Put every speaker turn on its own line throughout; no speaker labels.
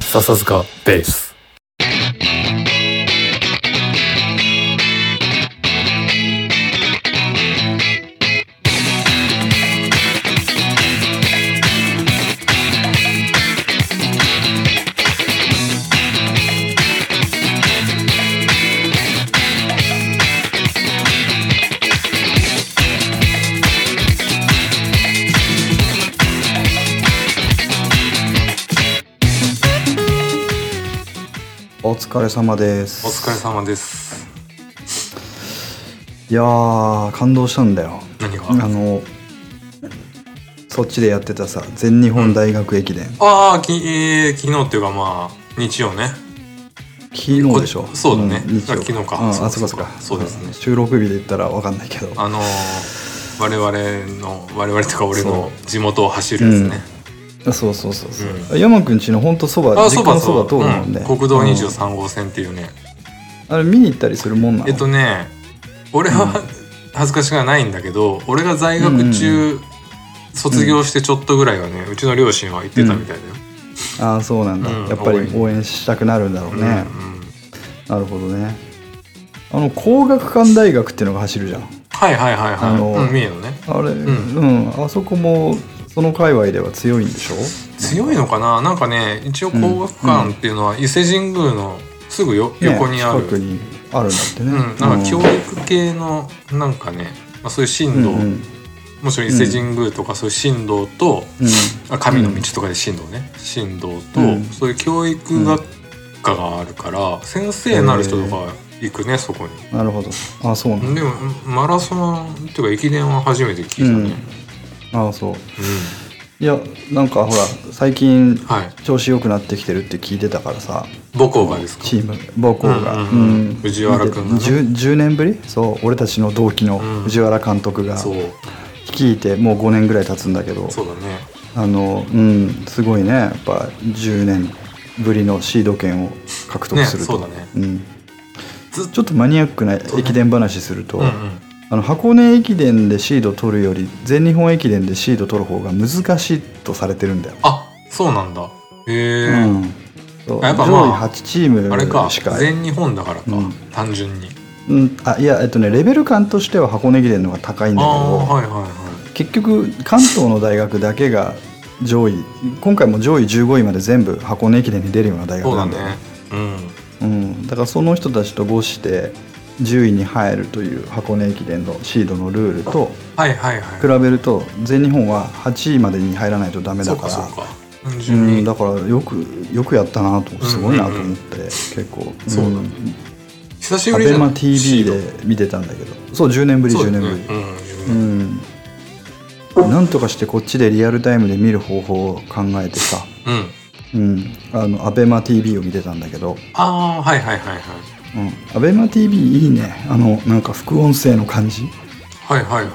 笹塚ベース
お疲れ様です
お疲れ様です
いやー感動したんだよ
何が、
あのそっちでやってたさ全日本大学駅伝、
ああき、えー昨日っていうかまあ日曜ね
昨日でしょ
こそうだね
ん日曜
あ昨日か
うんあ
そう
そうかそうか
そうですね
ん収録日で言ったらわかんないけど
あのー我々の我々とか俺の地元を走る
う
です
ん
ね、
あそうそうそうそう山くんちのほんとそば
あ
実
そ
家
ば
のそば通
そ
る
ば、
もんね
うん、国道
うん
23号線っていうね、
あれ見に行ったりするもんなの
えっとね俺は、恥ずかしがないんだけど俺が在学中、卒業してちょっとぐらいはねうちの両親は行ってたみたいだよ、
ああそうなんだ
うん
やっぱり
多い
応援したくなるんだろう
うん
ね
うん
なるほどねあの皇学館大学っていうのが走るじゃん
はいはいはいはい、
あのー
うん、三重のね
あれ、うん、あそこもその界隈では強いんでしょ
強いのかななんかね一応皇学館っていうのは伊勢神宮のすぐよ、
ね
横にある、
近くにあるんだってね。
うん、なんか教育系のなんかね、まあ、そういう
うん
神道、
うん
もちろん伊勢神宮とかそういう神道と、
うん
あ神の道とかで神道ね神道と、
うん
そういう教育学科があるから、先生になる人とか行くねそこに
なるほど。あ、そうなんだ。
でもマラソンっていうか駅伝は初めて聞いたね、
う
うんん
あ、そう。いや、なんかほら、最近
はい
調子良くなってきてるって聞いてたからさ、
母校がですか
チーム母校が、
うんうんうん藤原君がね
10, 10年ぶり？そう、俺たちの同期の
うん
藤原監督が
そう
率いてもう5年ぐらい経つんだけど、
そうだね
あの、うん、すごいね。やっぱ10年ぶりのシード権を獲得
ね
する
そ
と。
うだね
うん。
ずっ
ちょっとマニアックな
ね
駅伝話すると、
うんうん
あの箱根駅伝でシード取るより全日本駅伝でシード取る方が難しいとされてるんだよ。
あそうなんだへえ、
うんそう
あやっぱまあ
上位8チーム
あれか
しか
全日本だからか、
うん
単純に
うん、あいや、えっとね、レベル感としては箱根駅伝の方が高いんだ
あ
け
あ
ど
はいはいはい
結局関東の大学だけが上位今回も上位15位まで全部箱根駅伝に出るような大
そ
学
う
なん
だ
だよ
ねうん
うん、だからその人たちと合して10位に入るという箱根駅伝のシードのルールと
はいはいはい
比べると全日本は8位までに入らないとダメだ
そう
か
からそうか単
う
純に、
ん、だからよくよくやったなとすごいなと思って、結構
そうだね久しぶり
ア
じ
ベ
ゃな
マ
い
TV で見てたんだけどそう10年ぶり
そう
10
だ
年
ね
ぶり
うん10
う
年
ん、なんとかしてこっちでリアルタイムで見る方法を考えてさ、
うん
うん、あのアベマ t v を見てたんだけど、
ああはいはいはいはい
うん、アベマ t v いいねあのなんか副音声の感じ
はいはいはい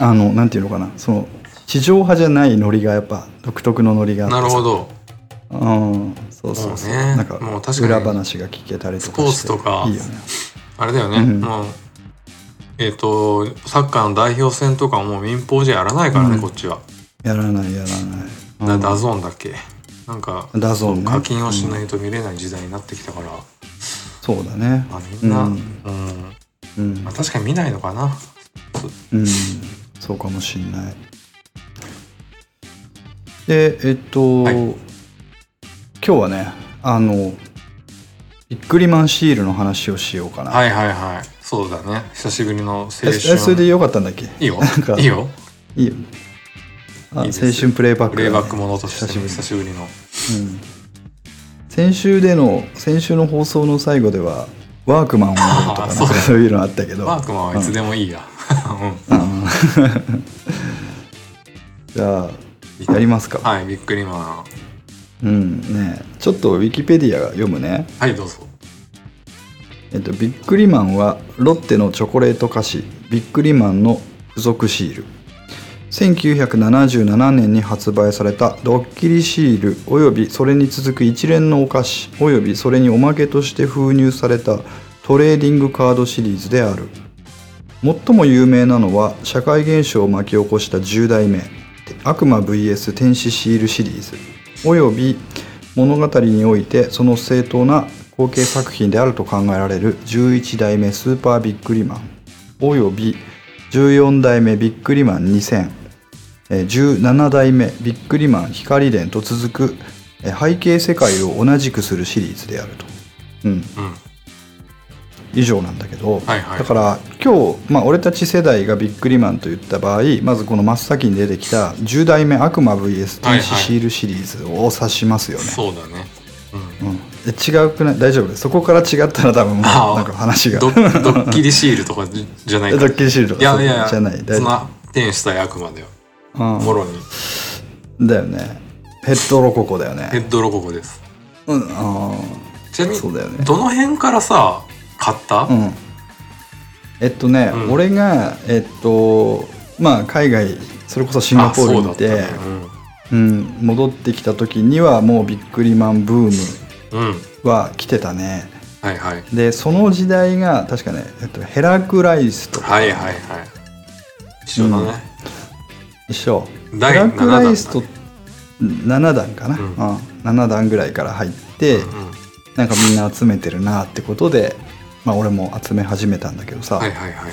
あのなんていうのかなその地上波じゃないノリがやっぱ独特のノリがあって
な
さ
るほど
うんそうそうそう
もうね
なんか
もう確かに
裏話が聞けたりとかして
スポーツとか
いいよね
あれだよね、
うん
もうえっ、とサッカーの代表戦とかもう民放じゃやらないからね、
うん
こっちは、
やらないやらない
だダゾーンだっけなんか
うんダゾーンね
課金をしないと見れない時代になってきたから、
そうだね
まあ、みんな、
う
うんん
うん
まあ、確かに見ないのかな
うんそうかもしんないでえっと、
はい
今日はねあのビックリマンシールの話をしようかな、
はいはいはいそうだね久しぶりの青
ええ
春
それでよかったんだっけ
いいよ
なんか
いいよ
いいよあ
いいです
青春プレイバック
プ
だ
レ
ね、
イバックものとして
久しぶり
久しぶりの
うん先週での先週の放送の最後ではワークマンをやるとかな
あー
ん
そ
か
うだ
そういうのあったけど
ワークマンはいつでもいいや、
うんじゃあやりますか、
うん、はいびっくりマン
うんねえちょっとウィキペディア読むね
はいどうぞ
えっと、ビックリマンはロッテのチョコレート菓子ビックリマンの付属シール1977年に発売されたドッキリシールおよびそれに続く一連のお菓子およびそれにおまけとして封入されたトレーディングカードシリーズである最も有名なのは社会現象を巻き起こした10代目「悪魔 VS 天使シール」シリーズおよび物語においてその正当な後継作品であると考えられる11代目スーパービックリマンおよび14代目ビックリマン2000えー17代目ビックリマン光伝と続くえー背景世界を同じくするシリーズであると、うん、
うん
以上なんだけど、
はいはい
だから今日、まあ、俺たち世代がビックリマンと言った場合まずこの真っ先に出てきた10代目悪魔 VS
はい
天
はい
使シールシリーズを指しますよね、
そうだね、うん
うんえ違うくない大丈夫そこから違ったら多分もう
あー
なんか話が
ド
ド
ドッキリシールとかじじゃないから
ッキリシールとか
いやいやいや
じゃない大
そん
丈
な天使対悪魔だよ
夫、
もろに
うん、だよねヘッドロココだよ
ヘ
ね
ッドロココです
うんあ
ちなみ
ー
に
そうだよね
どの辺からさ買った、
うんえっとね、
うん
俺がえっとまあ海外それこそシンガポールに行って
あそうだったね
うん、戻ってきた時にはもうビックリマンブー
うん、うん、
ムは来てたね
はいはい
でその時代が確かね、えっと、ヘラクライスとか
はいはいはい一緒だね、
一緒ヘ
第
ラ
7
ク
弾
ラ
だ
イスと7段かな、
う
うんん7段ぐらいから入って、
うん
なんかみんな集めてるなってことでまあ俺も集め始めたんだけどさ、
はいはいはい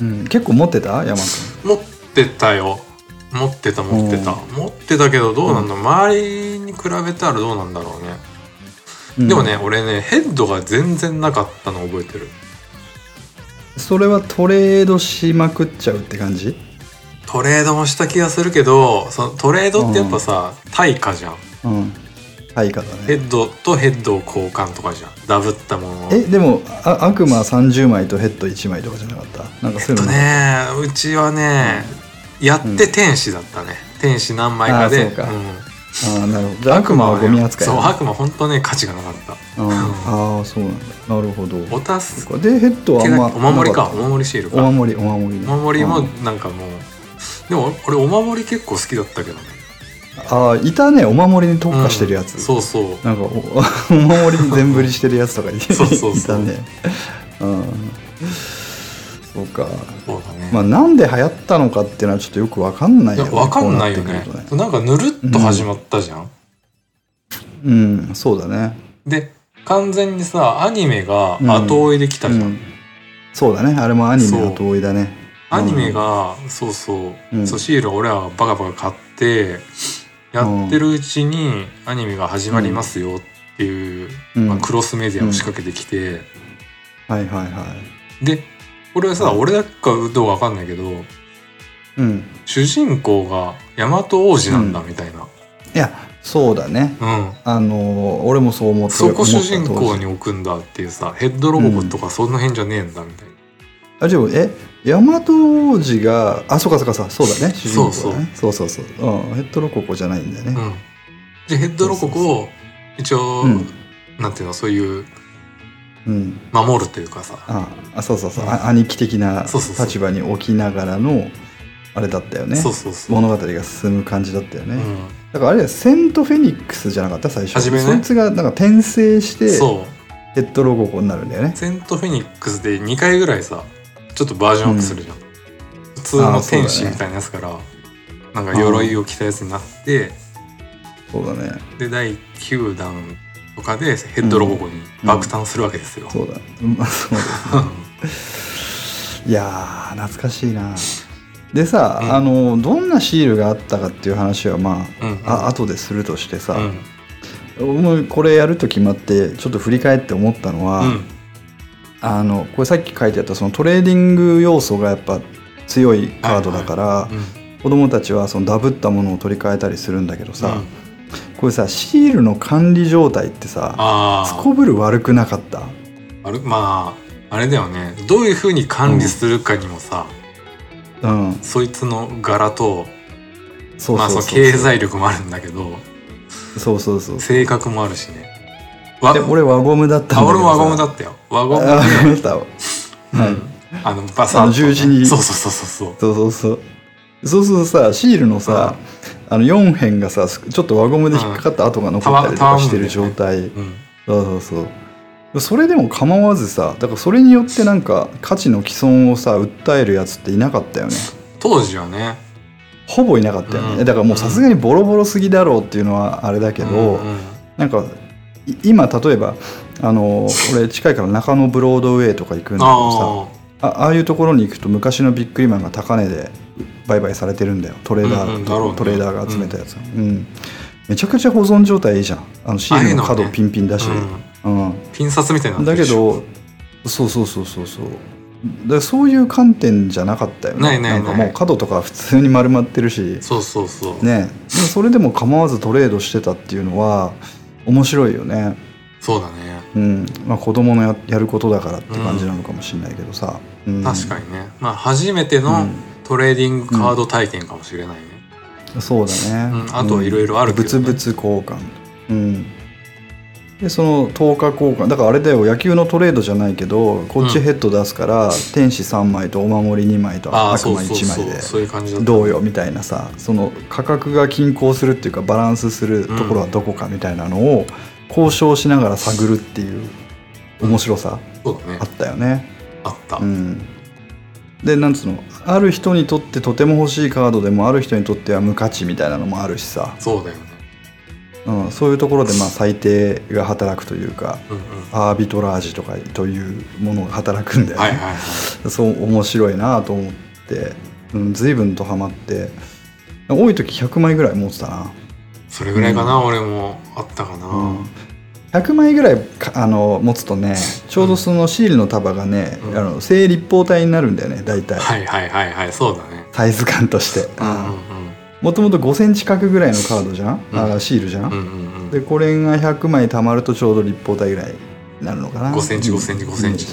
うん、結構持ってた山
持ってたよ持ってた持ってた、持ってたけどどうなんだ、周りに比べたらどうなんだろうね、
君、うん
でもね俺ねヘッドが全然なかったの覚えてる
それはトレードしまくっちゃうって感じ
トレードもした気がするけどそのトレードってやっぱさ、対価じゃん
うん対価だ
ヘ
ね
ッドとヘッドを交換とかじゃんダブったものを
えでもあ悪魔30枚とヘッド1枚とかじゃなかったなんかそういう
と
の
ねうちはね、やって天使だったね天使何枚かで
あーそうかあ
ん
あなるほどじゃあ悪魔はゴミ扱い
そう
だ
悪魔本当ね価値がなかった
うんああそうなんだなるほど
お助
でヘッドはあ
け
んま
だけお守
な
りか
っ
お
た
守りシール
お
か
守りお守りね
お守りも
うん
なんかもうでも俺お守り結構好きだったけどね
ああいたねお守りに特化してるやつ、
うんそうそう
なんかお お守りに全振りしてるやつとかい
そうそうそう
いたねうんそうか
そうだね、
まあなんで流行ったのかっていうのはちょっとよくわかんない
いや
よね
わかんないよね
こうってくると
なんかぬるっと始まったじゃん、
うんそうだね
で完全にさアニメが後追いできた
う
じゃん、
んそうだねあれもアニメ
そう
後追いだね
アニメが、そうそう,、
うん
そうシールを俺らがバカバカ買ってやってるうちにアニメが始まりますよっていう、
うん
まあ、クロスメディアを仕掛けてきて、
はいはいはい
でこれはさ、俺だけかどうかわかんないけど
うん
主人公が大和王子なんだみたいな、
いやそうだね
うん
あのー俺もそう思って
そこ主人
思った
公
当
に
時
置くんだっていうさヘッドロボコとかその辺じゃねえんだみたいな、
あでもえ大和王子があそうかそうかそうかそうだね主人公だねそうそうそううん、ヘッドロココじゃないんだよね、
うん、でヘッドロココを一応、
うん
なんていうのそういう
うん、
守るというかさ
ああそうそうそうあ兄貴的な
そうそうそう
立場に置きながらのあれだったよね
そうそうそう、
物語が進む感じだったよね、
うん、
だからあれだよセント・フェニックスじゃなかった最初
初めね
そいつがなんか転生して
そ
ヘッドロゴコになるんだよね
うセント・フェニックスで2回ぐらいさちょっとバージョンアップするじゃん、普通
あ
の
ーそうだね
天使みたいなやつから、なんか鎧を着たやつになって
そうだね
で第9弾とかでヘッドロボコに爆誕するわけですよ、
そうだうんそうですね いやー懐かしいなでさ、
うん
あのどんなシールがあったかっていう話はまあ、
うんうん
あ後でするとしてさ
うん、
もうこれやると決まってちょっと振り返って思ったのは、
うん
あのこれさっき書いてあったそのトレーディング要素がやっぱ強いカードだから、
うん
子供たちはそのダブったものを取り替えたりするんだけど
う
さ
ん、
これさシールの管理状態ってさ
あ
す
ー
こぶる悪くなかった
あれまああれだよねどういうふうに管理するかにもさ、
うん
そいつの柄と
そう
ま
そう
あ
そ
そうの経済力もあるんだけど
そうそうそう
性格もあるしねわ
で俺輪ゴムだった
あ俺も輪ゴムだ
っ
ったよ輪ゴム
あ
で
あなたははい
あのバサッと
あの十字に
そうそうそうそう
そうそうそうそうするとさシールのさあの4辺がさすちょっと輪ゴムで引っかかった跡が残ったりと
うんたわ
かしてる状態、
そう、うん、
そうそうそうそれでも構わずさだからそれによってなんか価値の毀損をさ訴えるやつっていなかったよね
当時はね
ほぼいなかったよね、
うん
だからもうさすがにボロボロすぎだろうっていうのはあれだけど、
うんうん
なんかい今例えばあの俺近いから中野ブロードウェイとか行くんだけどさ
あ
あああいうところに行くと昔のビックリマンが高値で売買されてるんだよトレーダー、
うんうんだろうね
トレーダーが集めたやつ、うんめちゃくちゃ保存状態いいじゃんあのシールの角
ああいうのね
ピンピンだし、
うん
うん
ピン札みたいにな
だ
って
け
るでしょ
どそうそうそうそうそうだからそういう観点じゃなかったよね
ないないない
んかもう角とか普通に丸まってるし
そうそうそう、
ねでもそれでも構わずトレードしてたっていうのは面白いよね
そうだね
うんまあ子供のややることだからって感じなのかもしれないけどさ、うん
確かにねまあ初めて
う
の
ん
トレーディングカード体験かもしれないね、
そうだね、
うんあといろいろあるけどね
物々交換うんでその10日交換だからあれだよ野球のトレードじゃないけどこっちヘッド出すから、天使3枚とお守り2枚と
ああ
悪
そう
魔
そう
1
そ
枚
う
で
そういう感じだった
どうよみたいなさその価格が均衡するっていうかバランスするところはどこかみたいなのを交渉しながら探るっていう面白さ
そうだね
あったよね。
あった、
うん、でなんつうのある人にとってとても欲しいカードでもある人にとっては無価値みたいなのもあるしさ、
そうだよね
うん、そういうところでまあ最低が働くというか
うんうん
アービトラージとかというものが働くんだよね。
はいはいはい
そう面白いなと思って、うん、随分とハマって多い時100枚ぐらい持ってたな、
それぐらいかな、俺もあったかな、
うん100枚ぐらいかあの持つとねちょうどそのシールの束がね、
うん
あの正立方体になるんだよね大体、
はいはいはいはいそうだね
サイズ感として
うんうん
もともと5センチ角ぐらいのカードじゃん、
うん
あシールじゃん、
うんうんうんうん
でこれが100枚たまるとちょうど立方体ぐらいになるのかな
5センチ5センチ
うん
5センチ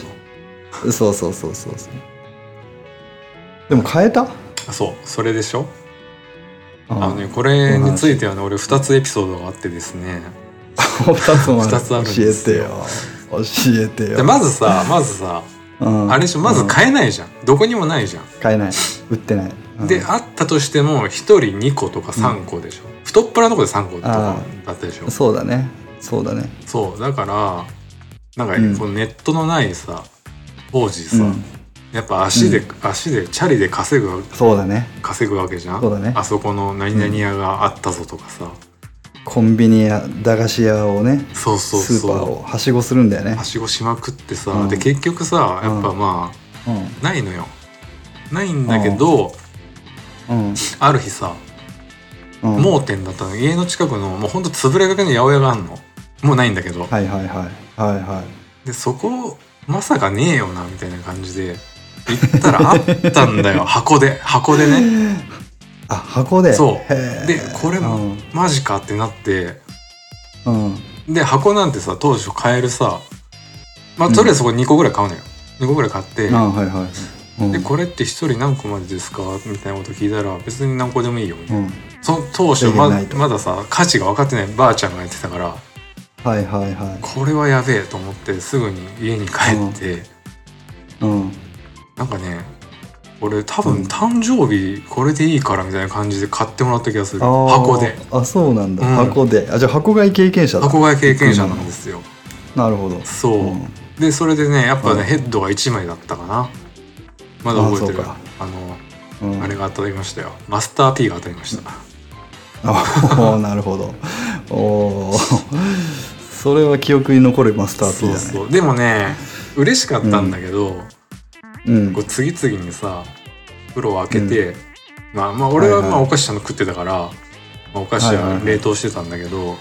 うんそうそうそうそうそうでも変えた
あそうそれでしょ
あ
あのねこれについてはね俺2つエピソードがあってですね
二つもある
二つあるん
教
で
え
す
て
よ
よ教えて
で
よ、
まずさまずさ
うん
あれでしょまず
うん
買えないじゃんどこにもないじゃん
買えない売ってない、うん
であったとしても1人2個とか3個でしょ、太っ腹のとこで3個とかだったでしょ
そうだねそうだね
そうだからなん
うん
かこのネットのないさ当時
う
さ、
ん
やっぱ足で、
う
足でチャリで稼ぐ
そうだね
稼ぐわけじゃん
そうだね
あそこの何々屋があったぞとかさ、
コンビニや駄菓子屋をね
そうそうそう
スーパーをはしごするんだよね
は、しごしまくってさ、
うん
で結局さやっぱまあないのよないんだけど、
うんうん
ある日さ
うん、
盲点だったの家の近くのもうほんと潰れかけの八百屋があんのもうないんだけど、
はいはいはいはいはい
でそこまさかねえよなみたいな感じで行ったらあったん だよ箱で箱でね
あ箱で
そう
へー
でこれ
う
も
ん
マジかってなって
うん
で箱なんてさ当初買えるさまあとりあえずそこ2個ぐらい買うのよ、2個ぐらい買って、
あはいはい、うん
でこれって1人何個までですかみたいなこと聞いたら別に何個でもいいよみたいな
うん、
その当初ま
制限ないと
まださ価値が分かってないばあちゃんがやってたから
はいはいは
これはやべえと思ってすぐに家に帰って、
い、うん、
なんかね俺多
うん
分誕生日これでいいからみたいな感じで買ってもらった気がする
あー
箱で
あそうなんだ、
うん
箱であじゃあ箱買い経験者だ
箱買い経験者なんですよ
なるほど
そう、
うん
でそれでねやっぱね、
うん
ヘッドが1枚だったかなまだ覚えてる
あそうか
あの、
うん
あれが当たりましたよマスター P が当たりました
あ おーなるほどおー それは記憶に残るマスターピーだ
そう
ね
そうでもね嬉しかったんだけど、
うん
こう次々にさ風呂を開けて、まあまあ俺は
はいはい
まあお菓子ちゃんと食ってたから、まあ、お菓子
はいはい
は
はい
冷凍してたんだけど、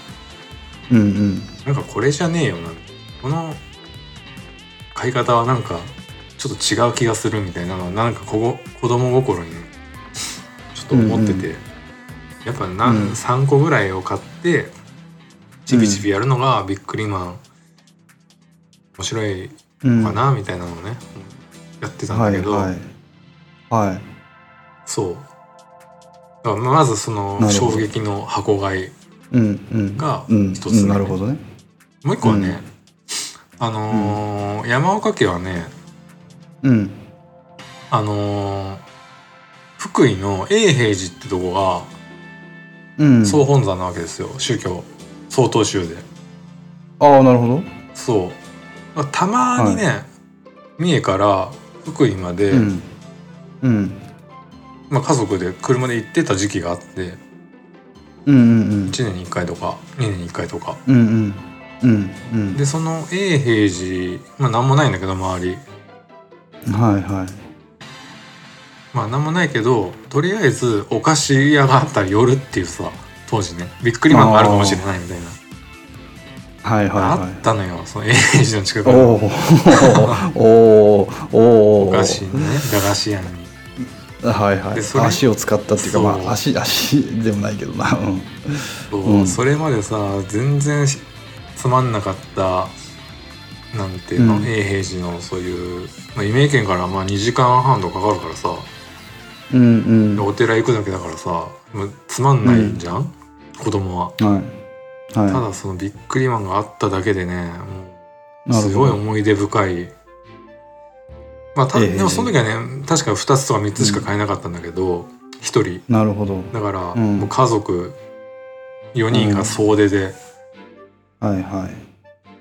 うんうん
なんかこれじゃねえよなこの買い方はなんかちょっと違う気がするみたいなのはなんかここ子供心にねちょっと思ってて、
うん
やっぱ何、
うん
3個ぐらいを買ってちびちびやるのがビックリマン面白い
うん
のかなみたいなのをね、やってたん
は
だ
い
けど。
はいはい
そう。だからまずそ
な
の
るほど
衝撃の箱買い。
うんうん
が
うん
一つ目
うんなるほどね
もう一個はね、あのー山岡家はね、
うん
あのー福井の永平寺ってとこが
うん
総本山なわけですよ、宗教曹洞宗で
ああなるほど
そうまあたまにね、三重から福井まで
うんうん
まあ、家族で車で行ってた時期があって
うんうん
1年に1回とか2年に1回とか
うんうんうんうんうん
でその永平寺、まあ、何もないんだけど周り
はいはい
まあ何もないけどとりあえずお菓子屋があったら寄るっていうさ当時ねビックリマンがあるかもしれないみたいな
はいはい
あ
は
っ
い
たのよその永平寺の近くの
おーおーおお
お菓子のね駄菓子屋に
はいは
でそれ
い足を使ったっていうかま
そう
あ足足でもないけどなうん
そう、
うん
それまでさ全然しつまんなかったなんていうの、
うん
永平寺のそういう、まあ、愛媛県からまあ2時間半とかかかるからさ
うんうんは
お寺行くだけだからさもうつまんないじゃん、子供はい
はい
ただそのビックリマンがあっただけでねもう
なる
す
ほ
ごい
ど
思い出深いまあた
ええ
でもその時はね確か2つとか3つしか買えなかったんだけど、一1人
なるほど
だから、
うん
もう家族4人が総出で
はいは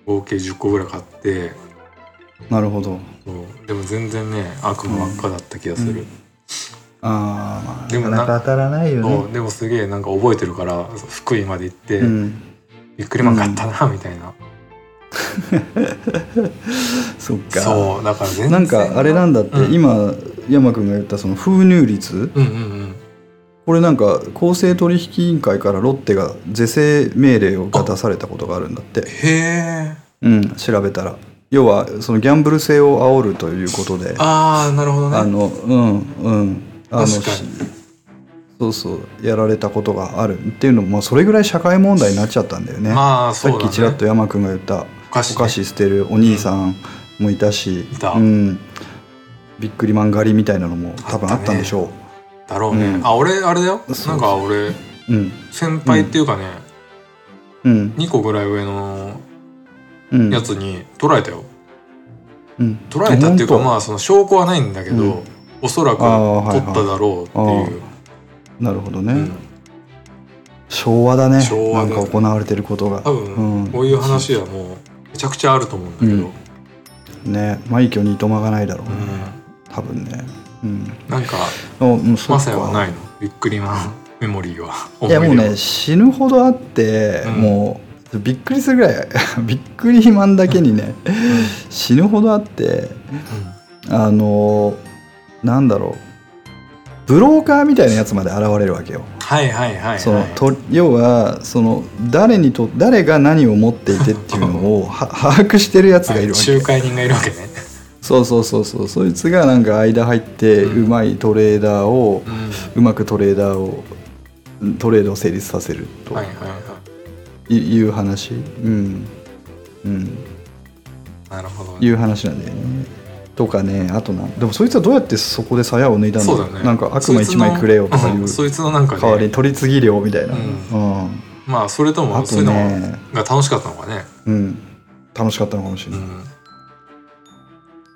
合計10個ぐらい買って、
いなるほど
そうでも全然ね悪夢ばっかだった気がする、
ああ
でもな
なかなか当たらないよ
そう
ね
でもすげえなんか覚えてるから福井まで行って、
うん
ビックリマン買ったなみたいな、
そっか
そうだから全然
なんかあれなんだって、
うん
今山君が言ったその封入率
うんうんうん
これなんか公正取引委員会からロッテが是正命令を出されたことがあるんだって、
へえ
うん、調べたら要はそのギャンブル性を煽るということであ
ああなるほどね
のうんうんあの
確かに
そうそうやられたことがあるっていうのも、まあ、それぐらい社会問題になっちゃったんだよね,、
まあ
さ
そうだ
っ
ね
きちらっと山君が言った
お菓子ね
お菓子捨てるお兄さんもいたし、
いた
うん、ビックリマン狩りみたいなのも多分あったんでしょ
だろうね、
うん
あ俺あれだよ
そう
なんか俺
う、うん
先輩っていうかね、
うん
2個ぐらい上の
うん
やつに捕らえたよ
うん、
捕らえたっていうかま
あ
あその証拠はないんだけど、
うん
おそらく
あーはいは
取
い
っただろうっていう、
なるほどね、
うん
昭和だね
昭和だね
なんか行われてることが
多分、
うん
こういう話はもうめちゃくちゃあると思うんだけど、
う
うんん
ねまあ一挙にいとまがないだろうね、多分ねうん
なんか
あうんそ
マ
っ
サヤはな
か
いのびっくりマンメモリーは
いやもう
思い出
ね死ぬほどあって、
うん
もうびっくりするぐらい びっくりマンだけにね、死ぬほどあってあのなんだろうブローカーみたいなやつまで現れるわけよ
はいはいはいはい
そのと要はその誰にと誰が何を持っていてっていうの をは把握してるやつがいるわけ、
仲介人がいるわけね、
そうそうそうそうそいつがなんか間入って
うん
うまいトレーダーを
う、ん、
うまくトレーダーをうんトレードを成立させると
はいはいはい
い,、う話うん、うん、
なるほど
い
ね
う話なんだよねとかねあとなんでもそいつはどうやってそこで鞘を抜いたんだ
そう
ろ
だね
なんか悪魔一枚くれよとかい
ん
う
そいつのなんか、ね、
代わりに取り次ぎ料みたいな、
う
うん
まあそれと
あ
もそ
と
ういうの
ね
が楽しかったのかね、
うん、楽しかったのかもしれ
う
ない、
ん、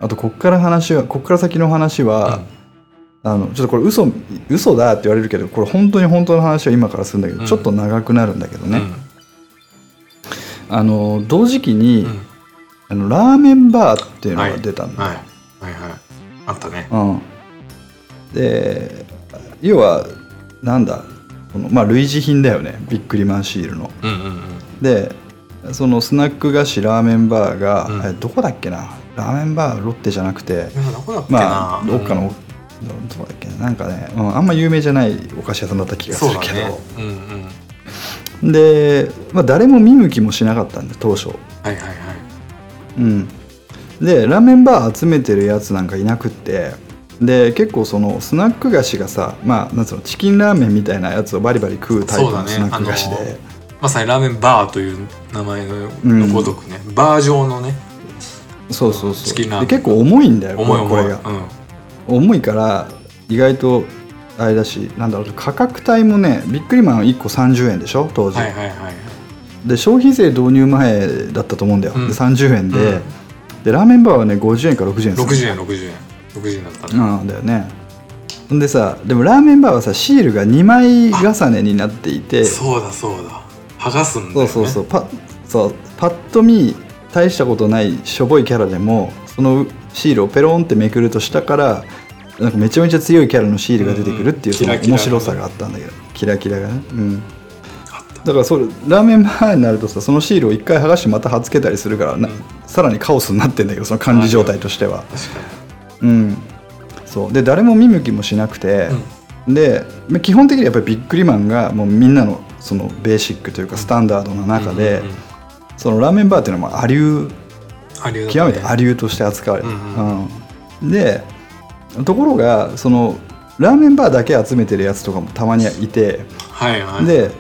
あとこっから話はこっから先の話は、あのちょっとこれ嘘嘘だって言われるけどこれ本当に本当の話は今からするんだけど、
うん
ちょっと長くなるんだけど
うん、
ね、あの同時期
う
に、
んうん
あのラーメンバーっていうのが出たんだ、
はいはいはいあったね
うん、で要はなんだこのまあ類似品だよねビックリマンシールの
うんうんうん
でそのスナック菓子ラーメンバーが、
うん
えどこだっけなラーメンバーロッテじゃなくて
でもどこだっけな、
まあどっかの、どこだっけななんかね、うんあんま有名じゃないお菓子屋さんだった気がす
そう
る
だ
け
ね
ど、
うんうんはい
で、まあ、誰も見向きもしなかったんで当初
はいはい
うんでラーメンバー集めてるやつなんかいなくってで結構そのスナック菓子がさまあなんつうのチキンラーメンみたいなやつをバリバリ食うタイプ
そうだ
の
ね
スナック菓子で
あのまさにラーメンバーという名前の
うん
ごとくね、バー状のね
そうそうそう
チキンラーメ
で
ン
結構重いんだよ
重い
こ
重
れ
い、
これ
うん
が、重いから意外とあれだしなんだろう価格帯もねビックリマン1個30円でしょ当時、
はいはいはい
で消費税導入前だったと思うんだよ、
うん
で30円で,、
うん
でラーメンバーはね50円から60円する
60円60円60円だったね、
うんだよねでさでもラーメンバーはさシールが2枚重ねになっていてそ
そうだそうだ剥がすんだよ、
う
ね、
そうそううパそうパッと見大したことないしょぼいキャラでもそのシールをペロンってめくると下からなんかめちゃめちゃ強いキャラのシールが出てくるっていう
うんう
そ
ん
の
キラキラ
面白さがあったんだけどキラキラがね、うん、
あった
だからそれラーメンバーになるとさそのシールを一回剥がしてまた貼っつけたりするからな、
うん
さらにカオスになってんだけどその管理状態としては、
確か
うん、そうで誰も見向きもしなくて、でまあ基本的にはやっぱりビックリマンがもうみんなのそのベーシックというかスタンダードの
に
中で、
うんうんうん
そのラーメンバーっていうのはもうアリュー
ありがとうね
極めてアリューとして扱われた、
う
うんんでところがそのラーメンバーだけ集めてるやつとかもたまにいて、
はいはい
で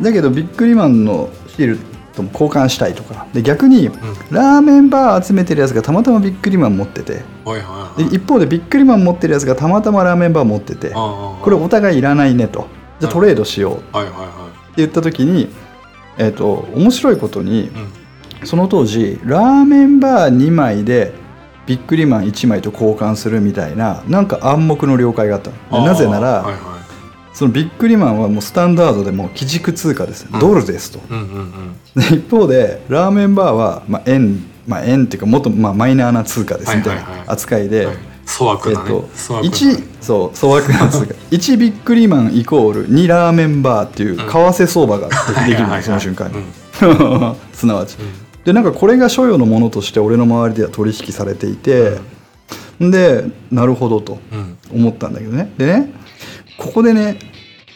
だけどビックリマンのシールとも交換したいとかで逆に、ラーメンバー集めてるやつがたまたまビックリマン持ってて
はいはい
で
はい
一方でビックリマン持ってるやつがたまたまラーメンバー持ってて
ああ
これお互いいらないねとじゃあトレードしようって
はいはいは
言った時に、えっと面白いことに
いうん
その当時ラーメンバー2枚でビックリマン1枚と交換するみたいななんか暗黙の了解があったの
あ
で
あ
なぜなら、
はいは
そのビックリマンはもうスタンダードでもう基軸通貨です、
うん
ドルですと
いうんうんうん
で一方でラーメンバーは、まあ、円、まあ、円っていうかもっと、まあ、マイナーな通貨ですみたい
はいはいはい
な扱いで、
はい粗悪
えっ
なね
と
粗悪な
一そう粗悪な 通貨1ビックリマンイコール2ラーメンバーっていう為替相場ができる
はいはい
の
はい
その瞬間に
うん
すなわち
うん
でなんかこれが所有のものとして俺の周りでは取引されていて、でなるほどと
うん
思ったんだけどねでねここでね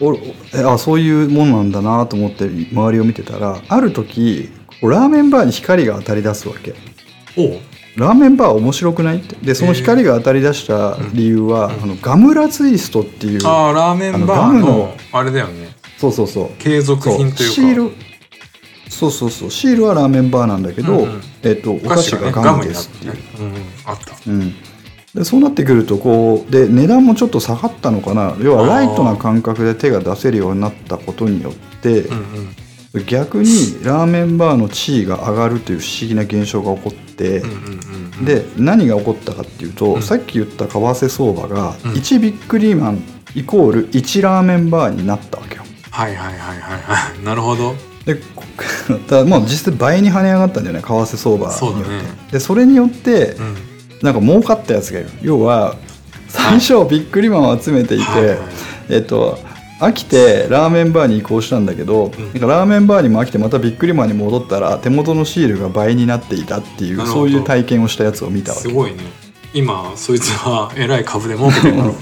おおえあそういうもんなんだなと思って周りを見てたらある時ラーメンバーに光が当たり出すわけ
おう
ラーメンバー面白くないってでその光が当たり出した理由は、あのガムラツイストっていう
ああラーメンバ
あのガ
ー
ム
の
の
あれだよね
そうそうそう
継続
そう
品と
シ
い
ー
うか
ルそうそうそうシールはラーメンバーなんだけど、
うんうん
えっと、お菓子が
ね
ガムですって
ガ
いう
ムになってねうんうんあった
うん、でそうなってくるとこうで値段もちょっと下がったのかな要はライトな感覚で手が出せるようになったことによって、
うんうん
逆にラーメンバーの地位が上がるという不思議な現象が起こって、
うんうんうんうん
で何が起こったかっていうと、
うん
さっき言った為替相場が
うん
1ビックリマンイコール1ラーメンバーになったわけよ。
はいはいはいはいはいなるほど
でこ だからもう実質倍に跳ね上がったんだよね為替相場
そう
に
だ
よっ
ね
て。でそれによって、
うん
なんか儲かったやつがいる要は最初ビックリマンを集めていて、
はいはい
えっと飽きてラーメンバーに移行したんだけど、
ん
なんかラーメンバーにも飽きてまたビックリマンに戻ったら手元のシールが倍になっていたってい
な
う
るほど
そういう体験をしたやつを見たわ
す
け
ごいね今そいつはえらい株で儲けてるからね